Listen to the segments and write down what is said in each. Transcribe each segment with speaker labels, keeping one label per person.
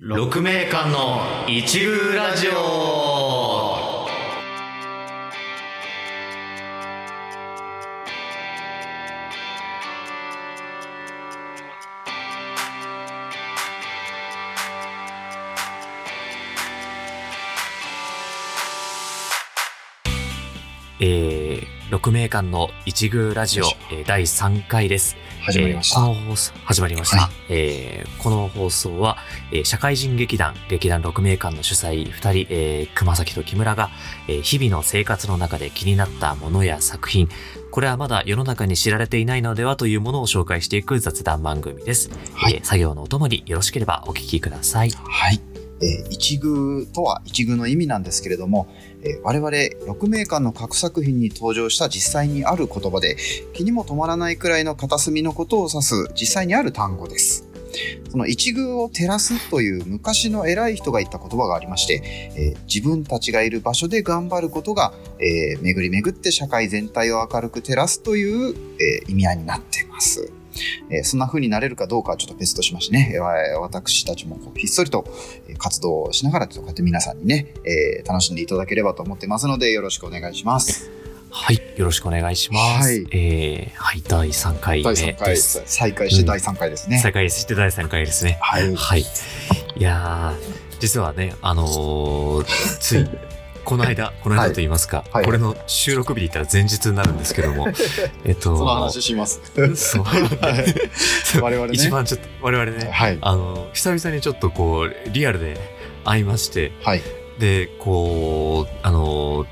Speaker 1: 6名間の一部ラジオ
Speaker 2: えー、6名間の一宮ラジオ
Speaker 3: よいし、
Speaker 2: えー第3回です。
Speaker 3: 始まりました。
Speaker 2: えーこの放送、始まりました。
Speaker 3: はい
Speaker 2: えーこの放送は、えー社会人劇団、劇団6名間の主催2人、えー熊崎と木村が、えー日々の生活の中で気になったものや作品、これはまだ世の中に知られていないのではというものを紹介していく雑談番組です。
Speaker 3: はい
Speaker 2: えー作業のお供によろしければお聞きください。
Speaker 3: はい。
Speaker 4: えー一宮とは一宮の意味なんですけれども、えー我々6名間の各作品に登場した実際にある言葉で気にも止まらないくらいの片隅のことを指す実際にある単語ですその一宮を照らすという昔の偉い人が言った言葉がありまして、えー自分たちがいる場所で頑張ることが、えー巡り巡って社会全体を明るく照らすという、えー意味合いになっていますえーそんな風になれるかどうかはちょっと別としましてね、えーわ私たちもこうひっそりとえー活動をしながら、ちょっとこうやって皆さんにね、えー楽しんでいただければと思ってますので、よろしくお願いします。
Speaker 2: はい。よろしくお願いします。
Speaker 4: はい
Speaker 2: えーはい。第3回目で
Speaker 4: 第
Speaker 2: す。
Speaker 4: 3回、再開して第3回ですね。
Speaker 2: 再開して第3回ですね。
Speaker 4: はい。
Speaker 2: はい。いやー、実はね、あのーつい、この 間、この間と言いますか、
Speaker 4: はい
Speaker 2: これの収録日で言ったら前日になるんですけど も、えっと、
Speaker 4: その話します。
Speaker 2: そう
Speaker 4: 我々ね
Speaker 2: 一番ちょっと、我々ね、
Speaker 4: はい。
Speaker 2: あの、久々にちょっとこう、リアルで会いまして、
Speaker 4: はい。
Speaker 2: で、こう、あのー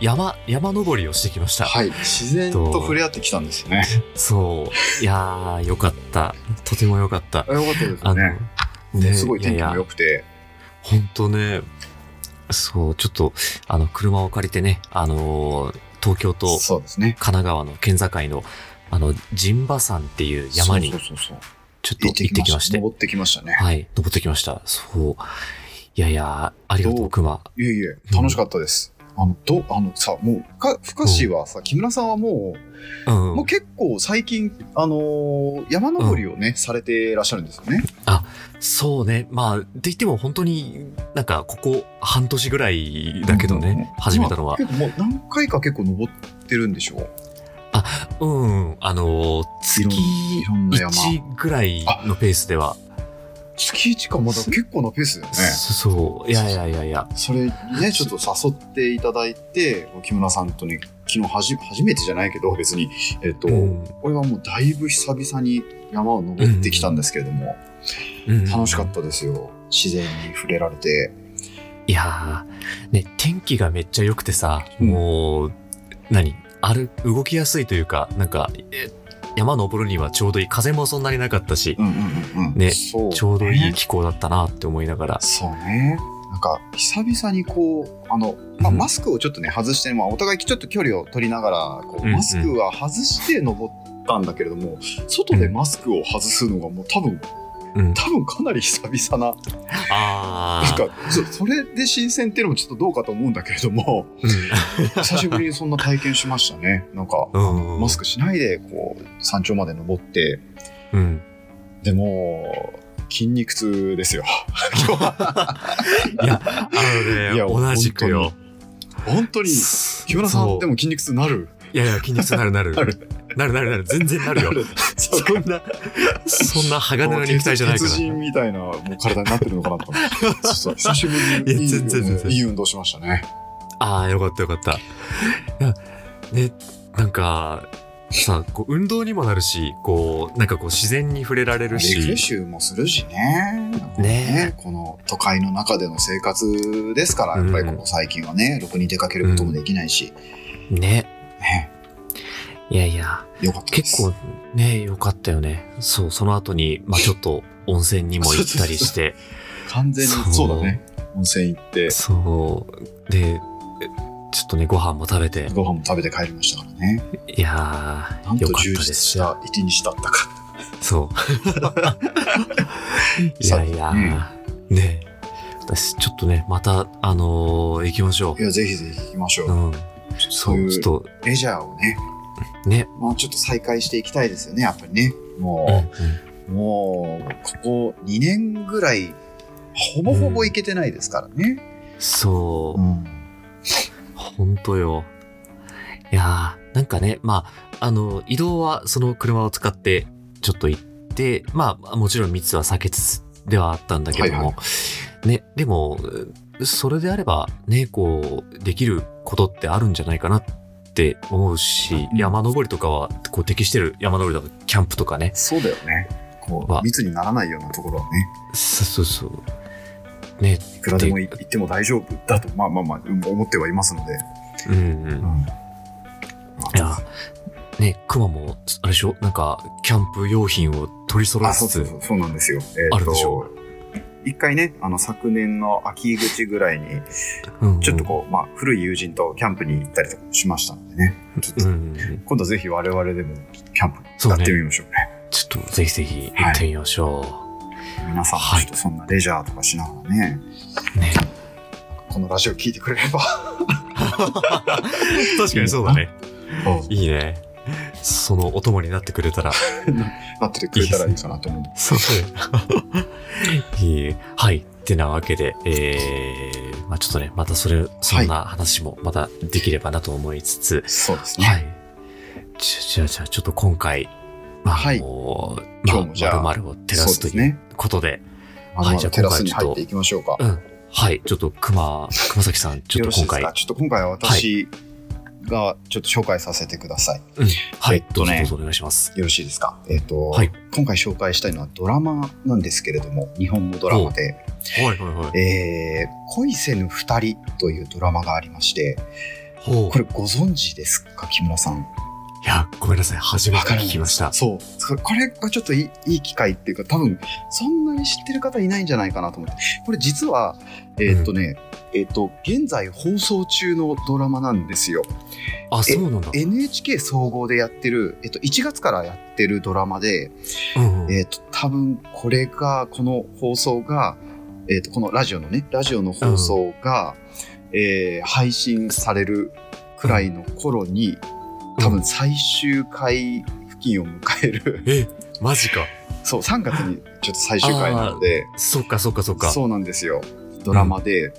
Speaker 2: 山、山登りをしてきました。
Speaker 4: はい。自然と触れ合ってきたんですよね。
Speaker 2: そう。いやー、よかった。とてもよかった。
Speaker 4: よかったです
Speaker 2: あの、
Speaker 4: よね。
Speaker 2: ね
Speaker 4: すごい天気
Speaker 2: やや
Speaker 4: も良くて。
Speaker 2: 本当ね、そう、ちょっと、あの、車を借りてね、あのー東京と神
Speaker 4: そうですね。
Speaker 2: 奈川の県境の、あの、陣馬山っていう山に
Speaker 4: そう、そうそうそう。
Speaker 2: ちょっと行ってきまして、
Speaker 4: 登ってきましたね。
Speaker 2: はい、登ってきました。そう。いやいや、ありがと
Speaker 4: ど
Speaker 2: う、
Speaker 4: う
Speaker 2: 熊。
Speaker 4: いえいえ、楽しかったです。あの、どう、あのさ、もう、か、ふかしはさ、木村さんはも
Speaker 2: うん
Speaker 4: う、
Speaker 2: う
Speaker 4: も
Speaker 2: ん
Speaker 4: う。結構最近、あのー山登りをね、されていらっしゃるんですよね。
Speaker 2: そうね。まあ、って言っても本当になんか、ここ半年ぐらいだけどね、
Speaker 4: うん
Speaker 2: 始めたのは。
Speaker 4: 結構もう何回か結構登ってるんでしょう。
Speaker 2: うん、あのー
Speaker 4: いろん
Speaker 2: 月
Speaker 4: いろんな山
Speaker 2: 1ぐらいのペースでは、
Speaker 4: 月1かまだ結構なペースだよね。
Speaker 2: そそう、いやいやいやいや、
Speaker 4: それね、ちょっと誘っていただいて、木村さんとね、昨日はじ初めてじゃないけど、別に、えっ、と、
Speaker 2: うん
Speaker 4: これはもうだいぶ久々に山を登ってきたんですけれども、楽しかっ。たですよ。自然に触れられて。
Speaker 2: いやー、ね、天気がめっちゃ良くてさ、
Speaker 4: うん
Speaker 2: もう、何歩、動きやすいというか、なんか、え山登るにはちょうどいい。風もそんなになかったし
Speaker 4: う、んうんうんうん。
Speaker 2: ね
Speaker 4: そう
Speaker 2: ちょうどいい気候だったなって思いながら。
Speaker 4: そうね。なんか久々にこうあの、まあ、
Speaker 2: うん
Speaker 4: マスクをちょっとね外して、まあ、お互いちょっと距離を取りながらこ
Speaker 2: う
Speaker 4: うん
Speaker 2: うん
Speaker 4: マスクは外して登ったんだけれども、外でマスクを外すのがもう多分
Speaker 2: うん。
Speaker 4: 多分かなり久々な
Speaker 2: あ
Speaker 4: な
Speaker 2: ー。
Speaker 4: んかそそれで新鮮っていうのもちょっとどうかと思うんだけれども久しぶりにそんな体験しましたねなんか、
Speaker 2: うん
Speaker 4: マスクしないでこう山頂まで登って
Speaker 2: うん。うん。
Speaker 4: でも筋肉痛ですよ 今日はい
Speaker 2: や、あの
Speaker 4: い
Speaker 2: ね、
Speaker 4: や
Speaker 2: 同じくよ
Speaker 4: 本。本当に木村さ
Speaker 2: そうん
Speaker 4: でも筋肉痛なる
Speaker 2: いやいや、筋肉痛なるなる。
Speaker 4: な
Speaker 2: な
Speaker 4: る
Speaker 2: るなるなる。全然なるよ。
Speaker 4: そ
Speaker 2: そんな、そんな鋼の肉体じゃないから
Speaker 4: 鉄。人みたいなもう体になってるのかなと思って ちょっと久しぶりにいい
Speaker 2: いや全然全然
Speaker 4: いい運動しましたね
Speaker 2: ああ、よかったよかった。いやね、なんか、さ、こう運動にもなるし、こう、なんかこう自然に触れられる
Speaker 4: リフレッ
Speaker 2: し、
Speaker 4: シュもするしね
Speaker 2: ね
Speaker 4: この都会の中での生活ですからやっぱりここ最近はねろくに出かけることもできないし、
Speaker 2: ね。
Speaker 4: ね
Speaker 2: いやいや、
Speaker 4: よかったです
Speaker 2: 結構ね、良かったよね。そう、その後に、まあちょっと温泉にも行ったりして、
Speaker 4: 完全に
Speaker 2: そう
Speaker 4: そうだね温泉行って
Speaker 2: そう、で、えちょっとね、ご飯も食べて、
Speaker 4: ご飯も食べて帰りましたからね
Speaker 2: いや
Speaker 4: なん
Speaker 2: ー、良
Speaker 4: と
Speaker 2: かっ
Speaker 4: 充
Speaker 2: たで
Speaker 4: 実
Speaker 2: す
Speaker 4: し
Speaker 2: よ。
Speaker 4: た一日だったか
Speaker 2: そう。いやいや、ね、私ちょっとね、また、あのー行きましょ
Speaker 4: いやぜひぜひ行きましょ
Speaker 2: う。う。
Speaker 4: うんそ
Speaker 2: そうう、
Speaker 4: い
Speaker 2: ちょっ
Speaker 4: う
Speaker 2: と、
Speaker 4: レジャーをね
Speaker 2: ね。
Speaker 4: まあちょっと再開していきたいですよねやっぱりねもう、もう、ここ2年ぐらい、ほぼほぼいけてないですからね。
Speaker 2: そうう、
Speaker 4: ん
Speaker 2: ほんとよ。いやー、なんかね、まあ、あの、移動はその車を使ってちょっと行って、まあ、もちろん密は避けつつではあったんだけども、
Speaker 4: はい
Speaker 2: ね、でも、それであれば、ね、こう、できることってあるんじゃないかなって思うし、
Speaker 4: うん
Speaker 2: 山登りとかは、こう、適してる山登りだと、キャンプとかね、
Speaker 4: そうだよね。こ
Speaker 2: まあ
Speaker 4: う密にならないようなところはね、
Speaker 2: そうそうそう。ね、
Speaker 4: いくらでもい行っても大丈夫だと、まあまあまあ、うん思ってはいますので。
Speaker 2: うんうん。いや、ね、熊も、あれでしょなんか、キャンプ用品を取り揃え
Speaker 4: あ、
Speaker 2: つ
Speaker 4: そう
Speaker 2: つ
Speaker 4: そう、そうそうなんですよ。え
Speaker 2: あるでしょ
Speaker 4: う。一回ね、あの昨年の秋口ぐらいに、
Speaker 2: うんうん
Speaker 4: ちょっとこう、まあ、古い友人とキャンプに行ったりとかもしましたのでね、ちょっ
Speaker 2: うん
Speaker 4: と
Speaker 2: うん、
Speaker 4: 今度ぜひ我々でもキャンプ
Speaker 2: そう
Speaker 4: やっ
Speaker 2: ね
Speaker 4: て。みましょうね。
Speaker 2: ちょっとぜひぜひ行ってみましょ
Speaker 4: 皆さんもちょっとそんなレジャーとかしながらね、
Speaker 2: う。ね。
Speaker 4: このラジオ聞いてくれれば。
Speaker 2: 確
Speaker 4: かにそうだ
Speaker 2: ね。いいね。そのお供になってくれたら。
Speaker 4: なっててくれたらいいかなと思う。
Speaker 2: そうね。 いい。はい。ってなわけで、えー、まあちょっとね、またそれ、そんな話もまたできればなと思いつつ、
Speaker 4: そうですね。
Speaker 2: はい。じゃじゃあ、じゃあ、ちょっと今回、まあ、
Speaker 4: はい
Speaker 2: もう、ま
Speaker 4: 今
Speaker 2: あ、
Speaker 4: 日もじゃあ
Speaker 2: まるを照ら
Speaker 4: そう
Speaker 2: す
Speaker 4: で
Speaker 2: と
Speaker 4: す
Speaker 2: いう
Speaker 4: ね。
Speaker 2: ことで、
Speaker 4: まだま
Speaker 2: じゃ
Speaker 4: だ
Speaker 2: あ
Speaker 4: テラスに
Speaker 2: 今回ちょ
Speaker 4: 入
Speaker 2: っと
Speaker 4: っていきましょうか。
Speaker 2: うん。はい。ちょっと、熊、熊崎さん、ちょ
Speaker 4: よ
Speaker 2: っ
Speaker 4: ろ
Speaker 2: と
Speaker 4: しい
Speaker 2: 今
Speaker 4: で
Speaker 2: 回、
Speaker 4: すかちょっと今回は私がちょっと紹介させてください。
Speaker 2: は
Speaker 4: え
Speaker 2: い
Speaker 4: っ。
Speaker 2: ど
Speaker 4: と
Speaker 2: うぞ
Speaker 4: ね
Speaker 2: どうぞお願いします。
Speaker 4: よろしいですかえっ、と、
Speaker 2: はい
Speaker 4: 今回紹介したいのはドラマなんですけれども、日本のドラマで、
Speaker 2: はいはいはい。
Speaker 4: えー恋せぬ二人というドラマがありまして、
Speaker 2: ほ
Speaker 4: これご存知ですか木村さん。
Speaker 2: いや、ごめんなさい。初めて聞きました。
Speaker 4: そう。そこれがちょっといいいい機会っていうか、多分、そんなに知ってる方いないんじゃないかなと思って。これ実は、えっ、とね、えっ、と、現在放送中のドラマなんですよ。
Speaker 2: あ、そうなんだ。
Speaker 4: NHK 総合でやってる、えっと、1月からやってるドラマで、
Speaker 2: うんうん。
Speaker 4: えっと、多分これが、この放送が、えっと、このラジオのね、ラジオの放送が、えー配信されるくらいの頃に、多分最終回付近を迎える、
Speaker 2: え、マジか。
Speaker 4: そう、3月にちょっと最終回なので、
Speaker 2: そっかそっかそっか。
Speaker 4: そうなんですよ、ドラマで、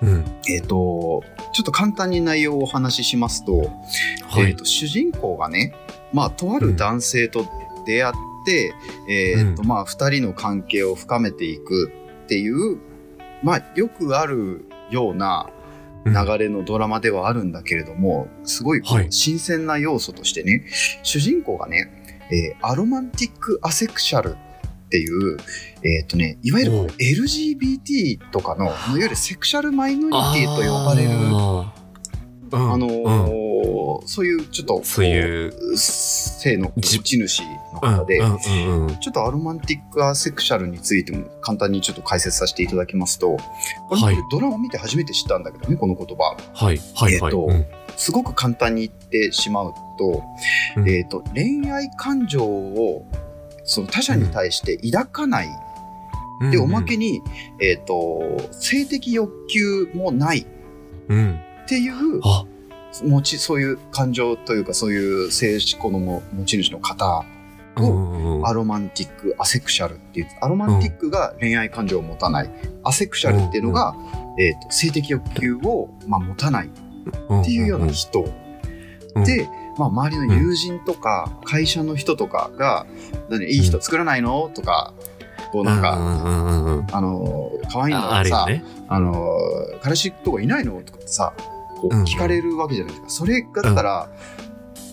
Speaker 2: うん。
Speaker 4: えっと、ちょっと簡単に内容をお話ししますと、
Speaker 2: は
Speaker 4: えー
Speaker 2: い。
Speaker 4: と主人公がね、まあ、とある男性と出会って、えーと
Speaker 2: うん
Speaker 4: まあ、2人の関係を深めていくっていう、まあ、よくあるような
Speaker 2: うん
Speaker 4: 流れのドラマではあるんだけれども、すごい
Speaker 2: はい
Speaker 4: 新鮮な要素としてね、主人公がね、えーアロマンティック・アセクシャルっていう、えーとね、いわゆる
Speaker 2: おう
Speaker 4: LGBT とかの、いわゆるセクシャルマイノリティと呼ばれる、
Speaker 2: あー
Speaker 4: あ
Speaker 2: うん
Speaker 4: の
Speaker 2: うん
Speaker 4: ーそういうちょっとこう
Speaker 2: そういう、
Speaker 4: 性の
Speaker 2: じ
Speaker 4: 持ち主の
Speaker 2: うん
Speaker 4: 方で、
Speaker 2: うんうんうん。
Speaker 4: ちょっとアロマンティックアセクシャルについても簡単にちょっと解説させていただきますと、これ
Speaker 2: はい
Speaker 4: ドラマ見て初めて知ったんだけどね、この言葉。
Speaker 2: はい、はい、
Speaker 4: えっ
Speaker 2: はい。
Speaker 4: と
Speaker 2: うん
Speaker 4: すごく簡単に言ってしまうと、
Speaker 2: うん
Speaker 4: えっと恋愛感情をその他者に対して抱かない。で、おまけに、えっと、性的欲求もないっ
Speaker 2: うんうん、
Speaker 4: ていう、
Speaker 2: あ、
Speaker 4: 持ち、そういう感情というか、そういう性思考のも持ち主の方
Speaker 2: うんう
Speaker 4: を
Speaker 2: んうん
Speaker 4: アロマンティック、アセクシャルっていう、アロマンティックが恋愛感情を持たない、アセクシャルっていうのが、えーと性的欲求を、まあ、持たないっ
Speaker 2: って
Speaker 4: いうような人、で、まあ、周りの友人とか会社の人とかが「何いい人作らないの?」とかこうなんか。
Speaker 2: か、
Speaker 4: あの可愛いの
Speaker 2: ああ
Speaker 4: が
Speaker 2: る
Speaker 4: さ
Speaker 2: よ
Speaker 4: あ、
Speaker 2: ね。
Speaker 4: の彼氏とかいないのとかってさこう
Speaker 2: うん
Speaker 4: 聞かれるわけじゃないですか、それがだから、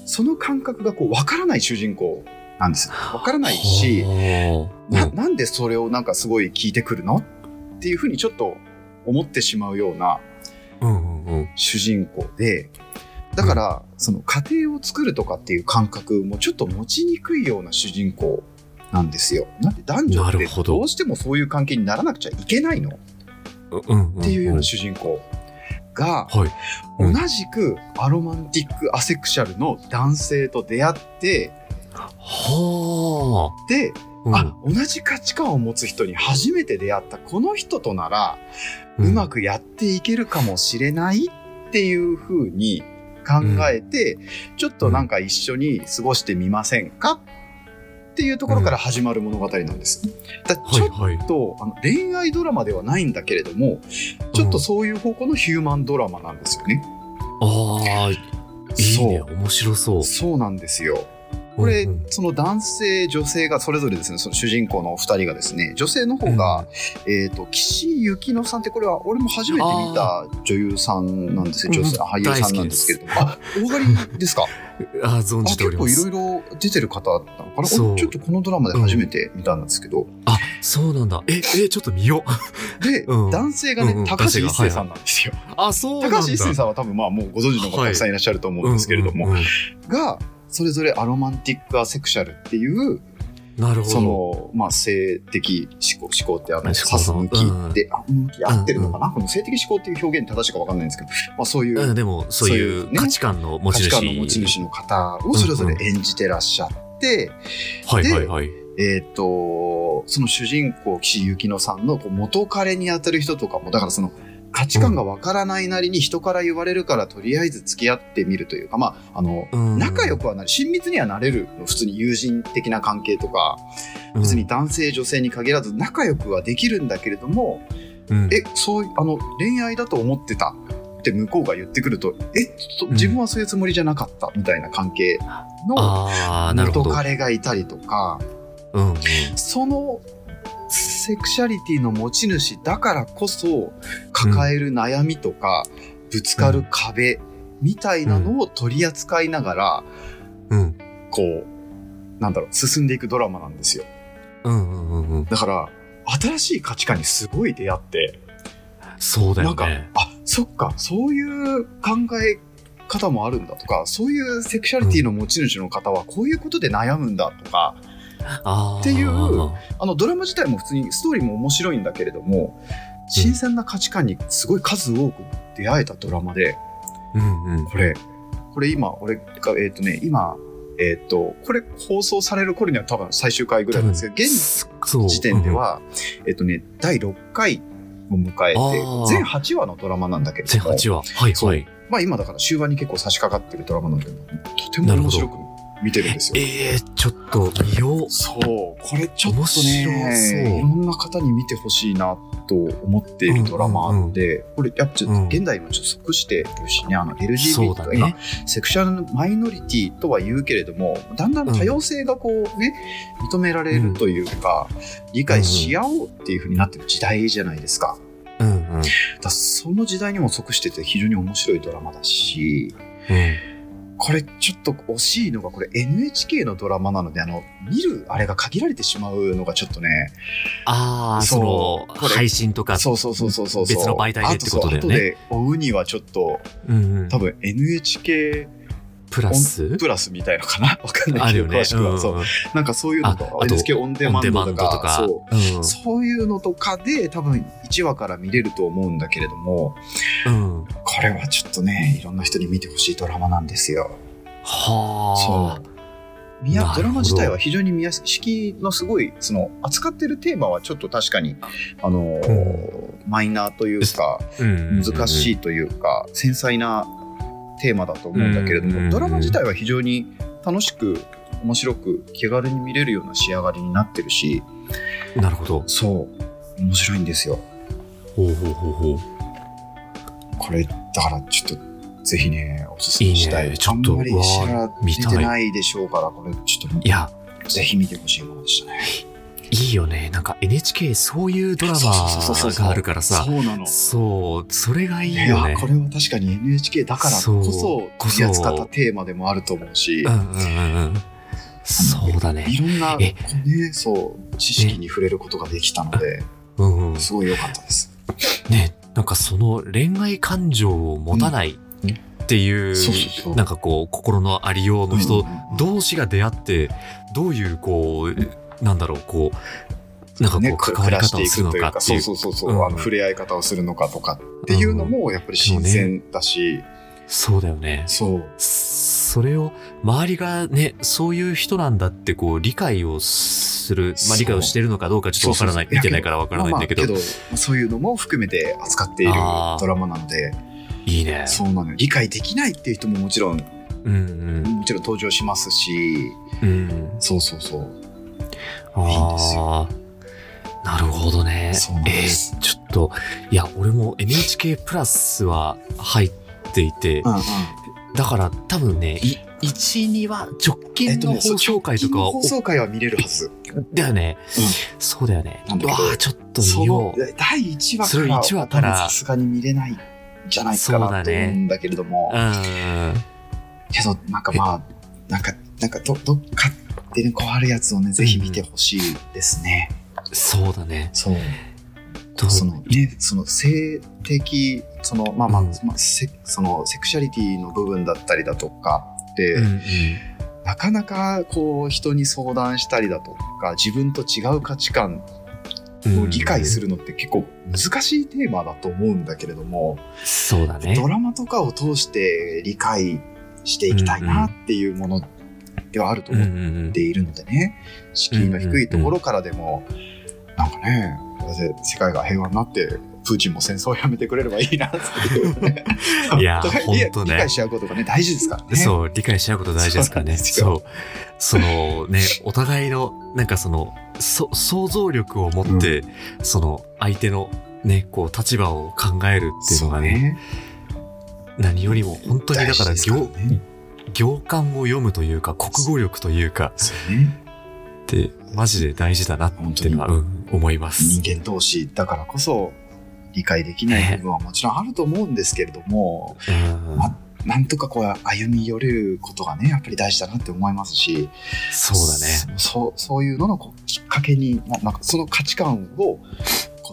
Speaker 4: その感覚がこう分からない主人公なんですよ分からないし、
Speaker 2: ほう
Speaker 4: な
Speaker 2: うん
Speaker 4: なんでそれをなんかすごい聞いてくるのっていうふうにちょっと思ってしまうような
Speaker 2: うんうんうん
Speaker 4: 主人公でだからその家庭を作るとかっていう感覚もちょっと持ちにくいような主人公なんですよ。なんで男女っ
Speaker 2: な
Speaker 4: て
Speaker 2: るほど
Speaker 4: どうしてもそういう関係にならなくちゃいけないのっ
Speaker 2: うんうん。
Speaker 4: ていうような主人公が
Speaker 2: はい。う
Speaker 4: 同
Speaker 2: ん
Speaker 4: じくアロマンティック・アセクシャルの男性と出会って
Speaker 2: は
Speaker 4: で
Speaker 2: あ。
Speaker 4: あ同じ価値観を持つ人に初めて出会ったこの人となら
Speaker 2: ん
Speaker 4: うま。くやっていけるかもしれないっていう風に考えて、ちょっとなんか一緒に過ごしてみませんかっっていうところから始まる物語なんです。だからちょっ
Speaker 2: はいはい。
Speaker 4: と、あの恋愛ドラマではないんだけれどもちょっとそういう方向のヒューマンドラマなんですよね。
Speaker 2: ああ、いいね。面白そう。
Speaker 4: そうなんですよ。これ、
Speaker 2: うんうん
Speaker 4: その男性女性がそれぞれですねその主人公のお二人がですね女性の方が、えっ、と岸井ゆきのさんってこれは俺も初めて見た女優さんなんですよ女性
Speaker 2: うん
Speaker 4: 俳優さんなんですけれどもあ大狩 りですかあ
Speaker 2: あー存じ
Speaker 4: 結
Speaker 2: ておりま
Speaker 4: 構い
Speaker 2: す。
Speaker 4: ろいろ出てる方だったのかな
Speaker 2: そう
Speaker 4: 俺ちょっとこのドラマで初めて見たんですけど、
Speaker 2: あ、そうなんだ。え、え、ちょっと見よう。
Speaker 4: で、
Speaker 2: うん
Speaker 4: 男性がね、
Speaker 2: うんうん
Speaker 4: 高橋一生さんなんですよ、
Speaker 2: あ、そうなんだ。
Speaker 4: 高橋一生さんは多分まあもうご存知の方たくさんいらっしゃると思うんですけれども、
Speaker 2: うんうんうん
Speaker 4: がそれぞれアロマンティックアセクシャルっていう
Speaker 2: なるほど。
Speaker 4: その、まあ、性的思考、思考ってあの、
Speaker 2: 思考、
Speaker 4: さす向きって、あ向き合ってるのかな、この性的思考っていう表現正しいかわかんないんですけど、まあ、そういううん
Speaker 2: でも、そうい
Speaker 4: そういう
Speaker 2: う
Speaker 4: ね
Speaker 2: 価値観の持
Speaker 4: 価
Speaker 2: ち
Speaker 4: 値
Speaker 2: 主。
Speaker 4: 観の持ち主の方をそれぞれ演じてらっしゃって、
Speaker 2: はい
Speaker 4: で
Speaker 2: はいはい。
Speaker 4: えっ、と、その主人公、岸井ゆきのさんのこう元彼に当たる人とかも、だからその、価値観がわからないなりに人から言われるからとりあえず付き合ってみるというか、まあ、あの、
Speaker 2: うん
Speaker 4: 仲良くはなる、親密にはなれるの、普通に友人的な関係とか、別に、男性女性に限らず仲良くはできるんだけれども、
Speaker 2: うんうん
Speaker 4: えそういうあの恋愛だと思ってたって向こうが言ってくるとえそ
Speaker 2: ん
Speaker 4: 自分はそういうつもりじゃなかったみたいな関係の
Speaker 2: ああ、なるほ
Speaker 4: 元
Speaker 2: ど。
Speaker 4: 彼がいたりとか
Speaker 2: うんうん
Speaker 4: そのセクシャリティの持ち主だからこそ抱える悩みとか、ぶつかる壁みたいなのを取り扱いながら、
Speaker 2: うん
Speaker 4: こうなんだろう進んでいくドラマなんですよ。
Speaker 2: うんうんうんうん。
Speaker 4: だから新しい価値観にすごい出会って、
Speaker 2: そうだ
Speaker 4: な
Speaker 2: よ
Speaker 4: んか
Speaker 2: ね。
Speaker 4: あそっかそういう考え方もあるんだとかそういうセクシャリティの持ち主の方はこういうことで悩むんだとか
Speaker 2: っ
Speaker 4: っていうあのドラマ自体も普通にストーリーも面白いんだけれども新鮮な価値観にすごい数多く出会えたドラマで
Speaker 2: うんうん。
Speaker 4: これこれ今俺がえっ、とね今えっ、とこれ放送される頃には多分最終回ぐらいなんですけど現
Speaker 2: 現
Speaker 4: 時点で、は、えっとね、第6回を迎え
Speaker 2: あ
Speaker 4: て
Speaker 2: ー、
Speaker 4: 全8話のドラマなんだけれ
Speaker 2: 全
Speaker 4: ども、
Speaker 2: 8話。はい
Speaker 4: そ
Speaker 2: は
Speaker 4: う
Speaker 2: い。
Speaker 4: まあ今だから終盤に結構差し掛かってるドラマなんだけど、とても面白く見てるんですよ。
Speaker 2: えー、ちょっと見よう。
Speaker 4: そう、これちょっ
Speaker 2: 面白
Speaker 4: と
Speaker 2: そう
Speaker 4: ね、いろんな方に見てほしいなと思っているドラマなんで、これやっぱちょっ
Speaker 2: う
Speaker 4: と
Speaker 2: ん
Speaker 4: 現代もちょっと即してるしね、あの
Speaker 2: そ
Speaker 4: LGBT
Speaker 2: うだ
Speaker 4: とか今
Speaker 2: ね。
Speaker 4: セクシャルマイノリティとは言うけれどもだんだん多様性がこうね、認められるというか、理解し合おうっていう風になってる時代じゃないですか。
Speaker 2: うんうん。うん
Speaker 4: だからその時代にも即してて非常に面白いドラマだしこれちょっと惜しいのがこれ NHK のドラマなのであの見るあれが限られてしまうのがちょっとね
Speaker 2: ああ、そ
Speaker 4: そう
Speaker 2: の、
Speaker 4: これ
Speaker 2: 配信とか。
Speaker 4: そうそうそうそうそう
Speaker 2: 別の媒体でってことだよね
Speaker 4: あとそう後で追うにはちょっと
Speaker 2: うんうん
Speaker 4: 多分 NHK
Speaker 2: プラス
Speaker 4: プラスみたいのかな わかんな
Speaker 2: あ
Speaker 4: い
Speaker 2: る
Speaker 4: けど
Speaker 2: よね
Speaker 4: 詳。し
Speaker 2: うん
Speaker 4: く
Speaker 2: う
Speaker 4: は
Speaker 2: ん
Speaker 4: そう
Speaker 2: うん
Speaker 4: なんかそういうのと
Speaker 2: あ
Speaker 4: か
Speaker 2: あと
Speaker 4: NHK オンデマンドとかそううんそういうのとかで多分1話から見れると思うんだけれども
Speaker 2: うん。
Speaker 4: これはちょっとねいろんな人に見てほしいドラマなんですよ。
Speaker 2: はあ。
Speaker 4: 見や
Speaker 2: なるほ
Speaker 4: ド
Speaker 2: ど
Speaker 4: ラマ自体は非常に見やすい式のすごいその扱ってるテーマはちょっと確かにあのーマイナーというか難し
Speaker 2: い。
Speaker 4: いというか繊細なテーマだと思うんだけれど
Speaker 2: うんうんうん
Speaker 4: もドラマ自体は非常に楽しく面白く気軽に見れるような仕上がりになってるし
Speaker 2: なるほど。
Speaker 4: そう面白いんですよ
Speaker 2: ほうほうほうほう。
Speaker 4: これだからちょっとぜひねおすすめしたい
Speaker 2: いいねちょっと
Speaker 4: あんまり知ら
Speaker 2: 見
Speaker 4: 出
Speaker 2: たい
Speaker 4: てないでしょうからこれちょっ
Speaker 2: いや、
Speaker 4: とぜひ見てほしいものでしたね
Speaker 2: いいよね。なんか NHK そういうドラマ
Speaker 4: そうそうそうそうそう
Speaker 2: があるからさ。
Speaker 4: そうなの
Speaker 2: そう、それがいい
Speaker 4: い
Speaker 2: よね
Speaker 4: や。これは確かに NHK だからこ
Speaker 2: そう
Speaker 4: そ
Speaker 2: こそ
Speaker 4: 取り扱ったテーマでもあると思うし
Speaker 2: うんうんうんうん。そうだ
Speaker 4: い
Speaker 2: ね。
Speaker 4: ろんな、
Speaker 2: え
Speaker 4: ね、そう知識に触れることができたので、
Speaker 2: うんうん。
Speaker 4: すごい良かったです。
Speaker 2: ね、なんかその恋愛感情を持たない
Speaker 4: うん
Speaker 2: っていう、
Speaker 4: そうそうそう
Speaker 2: なんかこう、心のありようの人
Speaker 4: うん
Speaker 2: 同士が出会って、どういうこう、なんだろう、こう、なんか
Speaker 4: ね、
Speaker 2: こう、
Speaker 4: く
Speaker 2: 関わ
Speaker 4: 暮
Speaker 2: り
Speaker 4: らし
Speaker 2: 方
Speaker 4: て
Speaker 2: を
Speaker 4: い
Speaker 2: するの
Speaker 4: くとい
Speaker 2: か
Speaker 4: うか、
Speaker 2: って
Speaker 4: そ
Speaker 2: いうう。
Speaker 4: そうそうそう、
Speaker 2: うん
Speaker 4: あの触れ合い方をするのかとかっていうのもやっぱり新鮮だし、
Speaker 2: そうだよね。
Speaker 4: そう
Speaker 2: それを周りがねそういう人なんだってこう理解をする、ま
Speaker 4: そ
Speaker 2: あ、
Speaker 4: う
Speaker 2: 理解をしてるのかどうかちょっとわからない
Speaker 4: そうそうそう
Speaker 2: 見てないからわからないんだけど,、
Speaker 4: まあまあけどそういうのも含めて扱っている
Speaker 2: あー
Speaker 4: ドラマなので、
Speaker 2: いいね
Speaker 4: そうなのよ理解できないっていう人ももちろん
Speaker 2: うん
Speaker 4: もちろん登場しますし、
Speaker 2: うんうん
Speaker 4: そうそうそう。いんです
Speaker 2: ああ、なるほどね。
Speaker 4: そうなんです
Speaker 2: えーちょっと、いや、俺も NHK プラスは入っていて、
Speaker 4: うんうん
Speaker 2: だから多分ね、い1、2は直近の放送回とかは、
Speaker 4: 放送回は見れるはず。
Speaker 2: だよね、
Speaker 4: うん
Speaker 2: そうだよね。
Speaker 4: なんだ
Speaker 2: わ
Speaker 4: けど
Speaker 2: あ、ちょっと見よう。
Speaker 4: その第1話
Speaker 2: それ一話
Speaker 4: か
Speaker 2: からら
Speaker 4: はさすがに見れないんじゃないか
Speaker 2: そう
Speaker 4: な
Speaker 2: だ
Speaker 4: と思
Speaker 2: ね
Speaker 4: うんだけれども、
Speaker 2: うん。
Speaker 4: けどなんかまあなんかなんかどどっかでねこうあるやつをねぜひ見てほしいですね。
Speaker 2: そうだね。
Speaker 4: そう
Speaker 2: と
Speaker 4: そのねその性的そのまあまあ、
Speaker 2: うん
Speaker 4: まあセそのセクシャリティの部分だったりだとかって、
Speaker 2: うんうん、
Speaker 4: なかなかこう人に相談したりだとか自分と違う価値観を理解す
Speaker 2: る。
Speaker 4: るのって結構難しいテーマだと思うんだけれども。
Speaker 2: そうだね。
Speaker 4: ドラマとかを通して理解していきたいなっていうものではあると
Speaker 2: うんう
Speaker 4: 思
Speaker 2: ん
Speaker 4: っ
Speaker 2: うん
Speaker 4: ているのでね、敷居の低いところからでも、なんかね、なぜ世界が平和になって、プーチンも戦争をやめてくれればいいなっていうね、
Speaker 2: いや
Speaker 4: お互い
Speaker 2: ほんとね
Speaker 4: 理解し合うことがね、大事ですからね。
Speaker 2: そう、理解し合うこと大事ですからね。
Speaker 4: そうな
Speaker 2: そ
Speaker 4: ん
Speaker 2: う。そのね、お互いの、なんかその、そ想像力を持って、その、相手の、ね、こう、立場を考えるっていうのがね、何よりも、本当にだから、
Speaker 4: 大事ですから
Speaker 2: 行
Speaker 4: ね
Speaker 2: 行間を読むというか、国語力というか、
Speaker 4: そうね。
Speaker 2: って、マジで大事だなっていうのは、うん、思います。
Speaker 4: 人間同士だからこそ、理解できない部分はもちろんあると思うんですけれども、
Speaker 2: うん
Speaker 4: なんとかこう歩み寄れることがねやっぱり大事だなって思いますし
Speaker 2: そうだね。
Speaker 4: そそうそういうののこうきっかけにななんかその価値観をこ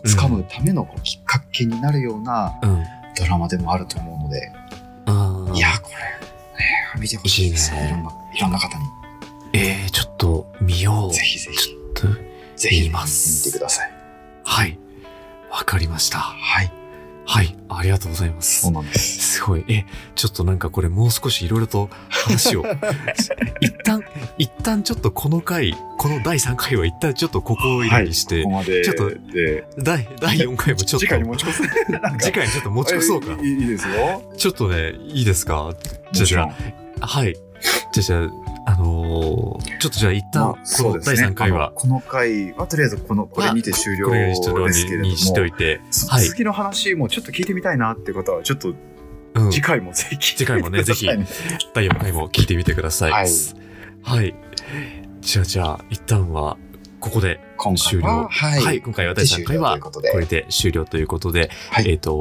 Speaker 4: う掴むためのこうきっかけになるような
Speaker 2: うん。
Speaker 4: ドラマでもあると思うので、
Speaker 2: あー
Speaker 4: いやこれ、ね、見てほしいですね
Speaker 2: いいね
Speaker 4: いろんないろんな方に
Speaker 2: えー、ちょっと、見よう。
Speaker 4: ぜひぜひ
Speaker 2: ちょっと
Speaker 4: ぜひ
Speaker 2: 見ます
Speaker 4: 見てください
Speaker 2: はい。わかりました。
Speaker 4: はい
Speaker 2: はい。ありがとうございま
Speaker 4: そ
Speaker 2: す。
Speaker 4: うなんです
Speaker 2: すごい。え、ちょっとなんかこれもう少しいろいろと話 を。一旦、一旦ちょっとこの回、この第3回は一旦ちょっとここを以来にして、
Speaker 4: ここまで
Speaker 2: ちょっと
Speaker 4: で
Speaker 2: 第、第4回もちょっと、
Speaker 4: 次回に持ち越すなんか
Speaker 2: 次回にちょっと持ち越そうか
Speaker 4: え。いいいいですよ
Speaker 2: ちょっとね、いいですかじゃあ
Speaker 4: もち
Speaker 2: じゃ
Speaker 4: ろ
Speaker 2: あ
Speaker 4: ん
Speaker 2: はい。じゃあじゃあ、あのーちょっとじゃあ一
Speaker 4: まあ
Speaker 2: 旦、この第3回
Speaker 4: あ
Speaker 2: は
Speaker 4: の、この回はとりあえずこのこれ見て終了
Speaker 2: これ
Speaker 4: で
Speaker 2: にしておい
Speaker 4: すけれども
Speaker 2: にしておいて、
Speaker 4: そ
Speaker 2: はい
Speaker 4: 次の話もちょっと聞いてみたいなって方はちょっと
Speaker 2: うん
Speaker 4: 次回もぜひ聞いて
Speaker 2: 次回もね
Speaker 4: ください
Speaker 2: 第4回も聞いてみてください。
Speaker 4: はい
Speaker 2: はいじゃあじゃあ、一旦は、ここで、
Speaker 4: 今回
Speaker 2: 終了
Speaker 4: はは、
Speaker 2: はいい、今回は第3回は
Speaker 4: 終了というこ
Speaker 2: こと
Speaker 4: で
Speaker 2: れで終了ということで、
Speaker 4: はい
Speaker 2: えっ、と、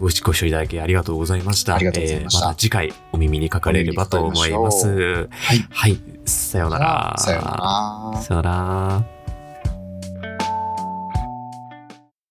Speaker 2: ごご視聴いただきありがとうございました。
Speaker 4: ありがとうございました
Speaker 2: えーまた次回お耳にかかれればと思いま
Speaker 4: お耳
Speaker 2: す。
Speaker 4: はい
Speaker 2: はい、さようなら。
Speaker 4: さようなら
Speaker 2: さようなら。